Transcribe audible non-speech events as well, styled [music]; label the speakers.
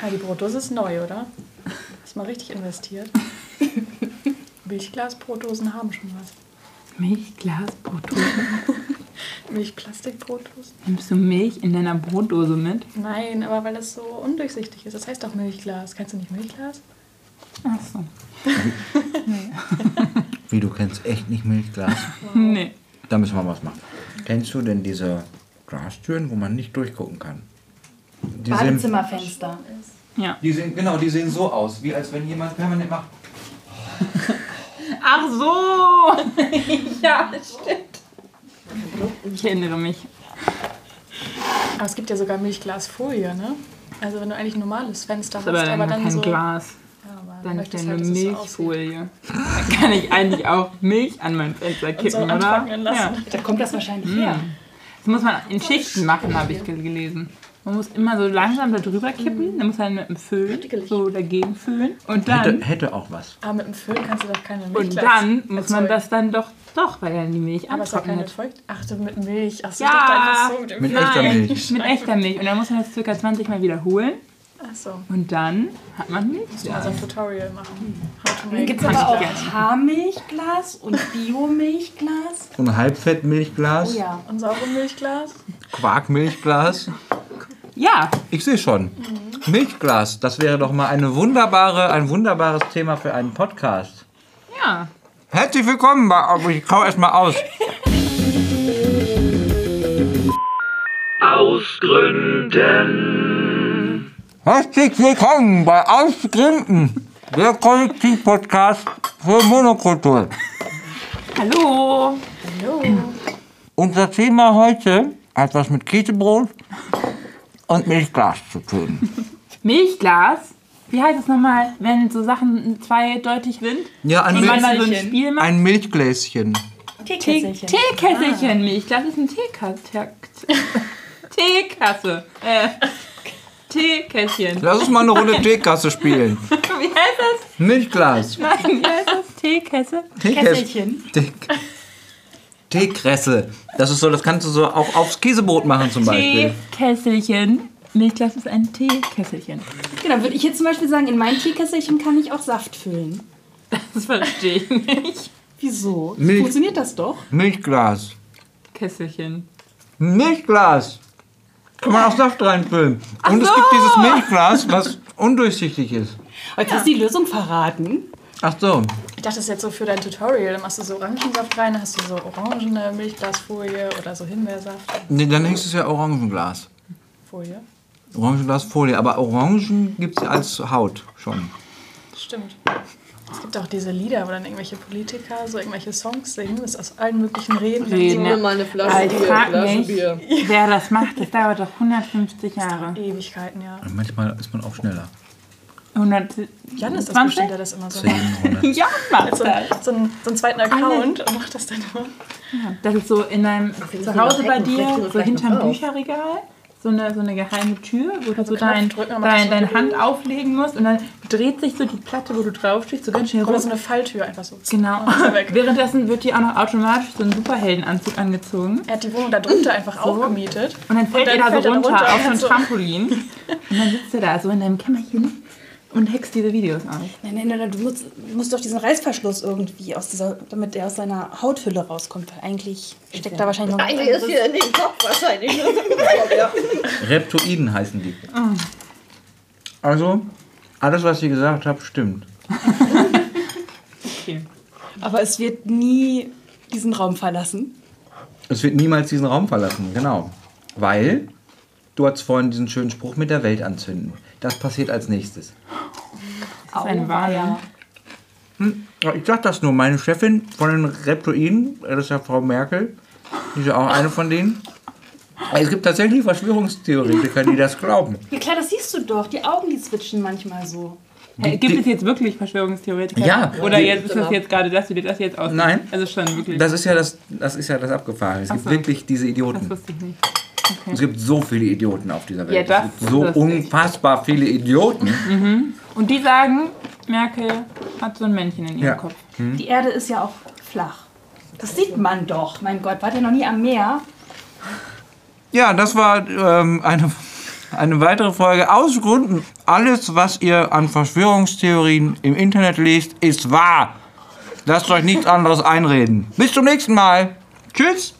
Speaker 1: Ah, die Brotdose ist neu, oder? Hast mal richtig investiert. Milchglas-Brotdosen haben schon was.
Speaker 2: Milch, Glas, Brotdose.
Speaker 1: Milchplastikbrotdosen?
Speaker 2: Nimmst du Milch in deiner Brotdose mit?
Speaker 1: Nein, aber weil das so undurchsichtig ist. Das heißt doch Milchglas. Kennst du nicht Milchglas?
Speaker 2: Ach so.
Speaker 3: Wie du kennst echt nicht Milchglas.
Speaker 2: Nee.
Speaker 3: Da müssen wir was machen. Kennst du denn diese Glastüren, wo man nicht durchgucken kann? Die sehen,
Speaker 4: Badezimmerfenster.
Speaker 2: Ja.
Speaker 3: die sehen, genau, die sehen so aus, wie als wenn jemand permanent macht.
Speaker 1: [laughs]
Speaker 2: Ach so! ja, stimmt. Ich erinnere mich.
Speaker 1: Aber es gibt ja sogar Milchglasfolie, ne? Also wenn du eigentlich ein normales Fenster
Speaker 2: Das
Speaker 1: hast,
Speaker 2: ist aber
Speaker 1: aber
Speaker 2: dann,
Speaker 1: dann
Speaker 2: kein
Speaker 1: so...
Speaker 2: Glas.
Speaker 1: Ja, aber
Speaker 2: Dann ist ja
Speaker 1: möchtest
Speaker 2: eine
Speaker 1: halt, dass es so aussieht.
Speaker 2: Milchfolie. Dann kann ich eigentlich auch Milch an mein Fenster kippen,
Speaker 1: Und so
Speaker 2: oder?
Speaker 1: antrocknen lassen.
Speaker 2: Ja.
Speaker 4: Da kommt das wahrscheinlich her.
Speaker 2: Das muss man in Schichten machen, habe ich gel- gelesen. Man muss immer so langsam da drüber
Speaker 1: Mhm.
Speaker 2: kippen, dann muss man mit dem Föhn
Speaker 1: Ekelig.
Speaker 2: so dagegen föhnen. Und
Speaker 3: Hätte,
Speaker 2: dann,
Speaker 3: hätte auch was.
Speaker 1: Aber mit dem Föhn kannst du doch keine Milchglas...
Speaker 2: und dann muss man
Speaker 1: erzeugen.
Speaker 2: das dann doch, doch, weil dann die Milch
Speaker 1: Aber es ist doch keine
Speaker 2: antrocknet.
Speaker 1: Feucht... Ach, du mit Milch. Ach, so,
Speaker 2: Ja.
Speaker 1: ich dachte einfach so mit dem
Speaker 3: Mit
Speaker 1: Föhn.
Speaker 3: echter
Speaker 2: Nein,
Speaker 3: Milch.
Speaker 2: mit echter Milch. Und dann muss man das circa 20 Mal wiederholen.
Speaker 1: Ach so.
Speaker 2: Und dann hat man Milch.
Speaker 1: Also ein Tutorial machen. How to
Speaker 4: Dann
Speaker 1: make
Speaker 4: gibt es
Speaker 1: Milch-
Speaker 4: aber auch Haarmilchglas und Biomilchglas.
Speaker 3: So ein Halbfettmilchglas,
Speaker 4: Oh ja.
Speaker 1: Und saure Milchglas?
Speaker 3: Quarkmilchglas.
Speaker 2: Ja,
Speaker 3: Ich sehe schon.
Speaker 4: Mhm.
Speaker 3: Milchglas, das wäre doch mal eine wunderbare, ein wunderbares Thema für einen Podcast.
Speaker 2: ja.
Speaker 3: Herzlich willkommen bei. Oh, ich kau erst mal aus. Ausgründen. Herzlich willkommen bei Ausgründen, der Kollektivpodcast für Monokultur.
Speaker 2: Hallo.
Speaker 1: Hallo.
Speaker 3: Unser Thema heute hat was mit Käsebrot und Milchglas zu tun.
Speaker 2: Milchglas. Wie heißt es nochmal, wenn so Sachen zweideutig sind?
Speaker 3: Ja, ein,
Speaker 2: Und man
Speaker 3: Milch,
Speaker 2: dann so ein Spiel macht?
Speaker 3: ein Milchgläschen.
Speaker 2: Tee-
Speaker 4: Teekesselchen.
Speaker 1: Ah.
Speaker 2: Teekesselchen. Milchglas ist ein Teekasse. [laughs] Teekasse. Äh, Teekässchen.
Speaker 3: Lass uns mal eine
Speaker 2: [laughs]
Speaker 3: Runde Teekasse spielen.
Speaker 2: Wie heißt das?
Speaker 3: Milchglas.
Speaker 2: Nein, wie heißt das? Teekesse?
Speaker 4: Kesselchen.
Speaker 3: Teek- Teekresse. Das ist so, das kannst du so auch aufs Käsebrot machen zum Beispiel.
Speaker 2: Teekesselchen. Milchglas ist ein Teekesselchen.
Speaker 4: Genau, würde ich jetzt zum Beispiel sagen, in mein Teekesselchen kann ich auch Saft füllen.
Speaker 2: Das verstehe ich nicht.
Speaker 4: Wieso?
Speaker 3: Milch.
Speaker 4: Funktioniert das doch?
Speaker 3: Milchglas.
Speaker 2: Kesselchen.
Speaker 3: Milchglas. Kann man auch Saft reinfüllen. Und es
Speaker 2: so.
Speaker 3: gibt dieses Milchglas, was undurchsichtig ist.
Speaker 4: Jetzt hast du die Lösung verraten.
Speaker 3: Ach so.
Speaker 1: Ich dachte, das ist jetzt so für dein Tutorial. Dann machst du so Orangensaft rein, dann hast du so orangene Milchglasfolie oder so Himbeersaftfolie.
Speaker 3: Nee, dann hieß es ja Orangenglas. Orangenglasfolie. Aber Orangen gibt es als Haut schon.
Speaker 1: Stimmt. Es gibt auch diese Lieder, wo dann irgendwelche Politiker so irgendwelche Songs singen. Das ist aus allen möglichen Reden.
Speaker 2: Reden,
Speaker 5: Nur
Speaker 2: ja.
Speaker 5: mal eine Flasche
Speaker 2: Aber ne. ich
Speaker 5: Bier.
Speaker 2: frag
Speaker 5: Flasche
Speaker 2: mich,
Speaker 5: Bier.
Speaker 2: wer das macht. Das dauert doch 150 Jahre.
Speaker 1: Ewigkeiten, ja.
Speaker 3: Manchmal ist man auch schneller.
Speaker 2: 100.
Speaker 1: Jan ist das Also, bestimmt, der das immer so macht.
Speaker 3: 10,
Speaker 2: Ja, macht
Speaker 1: So,
Speaker 2: das.
Speaker 1: so, einen, so einen zweiten Account und macht das dann immer.
Speaker 2: Das ist so in deinem
Speaker 5: müssen
Speaker 2: Zuhause
Speaker 5: noch
Speaker 2: bei
Speaker 5: hacken, vielleicht kriegen
Speaker 2: dir,
Speaker 5: wir
Speaker 2: so
Speaker 5: vielleicht
Speaker 2: hinterm
Speaker 5: noch auf.
Speaker 2: Bücherregal, so eine, so eine geheime Tür, wo du so
Speaker 1: Knopf
Speaker 2: dein,
Speaker 1: drücken, dann machst
Speaker 2: dein,
Speaker 1: du
Speaker 2: deine
Speaker 1: so-
Speaker 2: Hand auflegen musst und dann dreht sich so die Platte, wo du drauf stehst, so ganz schnell
Speaker 1: Oder
Speaker 2: rum.
Speaker 1: so eine Falltür einfach so.
Speaker 2: Genau.
Speaker 1: Und dann ist er weg.
Speaker 2: Währenddessen wird dir auch noch automatisch so ein Superheldenanzug angezogen.
Speaker 1: Er hat die Wohnung da drunter einfach aufgemietet.
Speaker 2: Und dann fällt
Speaker 1: Und dann
Speaker 2: er da
Speaker 1: fällt
Speaker 2: so
Speaker 1: er
Speaker 2: runter, Also-
Speaker 1: runter,
Speaker 2: auf so ein
Speaker 1: so.
Speaker 2: Trampolin. Und dann sitzt er da so in deinem Kämmerchen und hackst diese Videos aus.
Speaker 4: Nein, nein, nein, du musst, du musst doch diesen Reißverschluss irgendwie, aus dieser, damit der aus seiner Hauthülle rauskommt. Weil eigentlich steckt da wahrscheinlich noch was
Speaker 5: Eigentlich ist
Speaker 4: anderes.
Speaker 5: hier in den Kopf wahrscheinlich. ne?
Speaker 3: Reptoiden heißen die. Also, alles, was ich gesagt habe, stimmt.
Speaker 4: Aber es wird nie diesen Raum verlassen.
Speaker 3: Es wird niemals diesen Raum verlassen, genau. Weil du hattest vorhin diesen schönen Spruch mit der Welt anzünden. Das passiert als nächstes.
Speaker 2: Das ist eine Warnung.
Speaker 3: Hm. Ja, Ich sag das nur, meine Chefin von den Reptoiden, das ist ja Frau Merkel, die ist ja auch eine von denen. Es gibt tatsächlich Verschwörungstheoretiker, die das glauben.
Speaker 4: Ja klar, das siehst du doch. Die Augen, die zwitschen manchmal so.
Speaker 2: Hey, gibt
Speaker 3: die-
Speaker 2: es jetzt wirklich Verschwörungstheoretiker?
Speaker 3: Ja.
Speaker 2: Oder
Speaker 3: Die-
Speaker 2: jetzt ist das jetzt gerade, dass du dir das jetzt aus.
Speaker 3: Nein.
Speaker 2: Also schon wirklich.
Speaker 3: Das ist ja das, das, ist ja das Abgefahren. Es gibt
Speaker 2: so.
Speaker 3: wirklich diese
Speaker 2: das
Speaker 3: Idioten.
Speaker 2: wusste ich nicht.
Speaker 3: Es gibt so viele Idioten auf dieser Welt.
Speaker 2: Ja, das
Speaker 3: es gibt so
Speaker 2: ist lustig.
Speaker 3: unfassbar viele Idioten.
Speaker 2: Und die sagen, Merkel hat so ein Männchen in ihrem
Speaker 3: Ja.
Speaker 2: Kopf.
Speaker 4: Die Erde ist ja auch flach. Das sieht man doch. Mein Gott, wart ihr noch nie am Meer?
Speaker 3: Ja, das war ähm, eine, eine weitere Folge ausrunden. Alles, was ihr an Verschwörungstheorien im Internet lest, ist wahr. Lasst euch nichts anderes einreden. Bis zum nächsten Mal. Tschüss.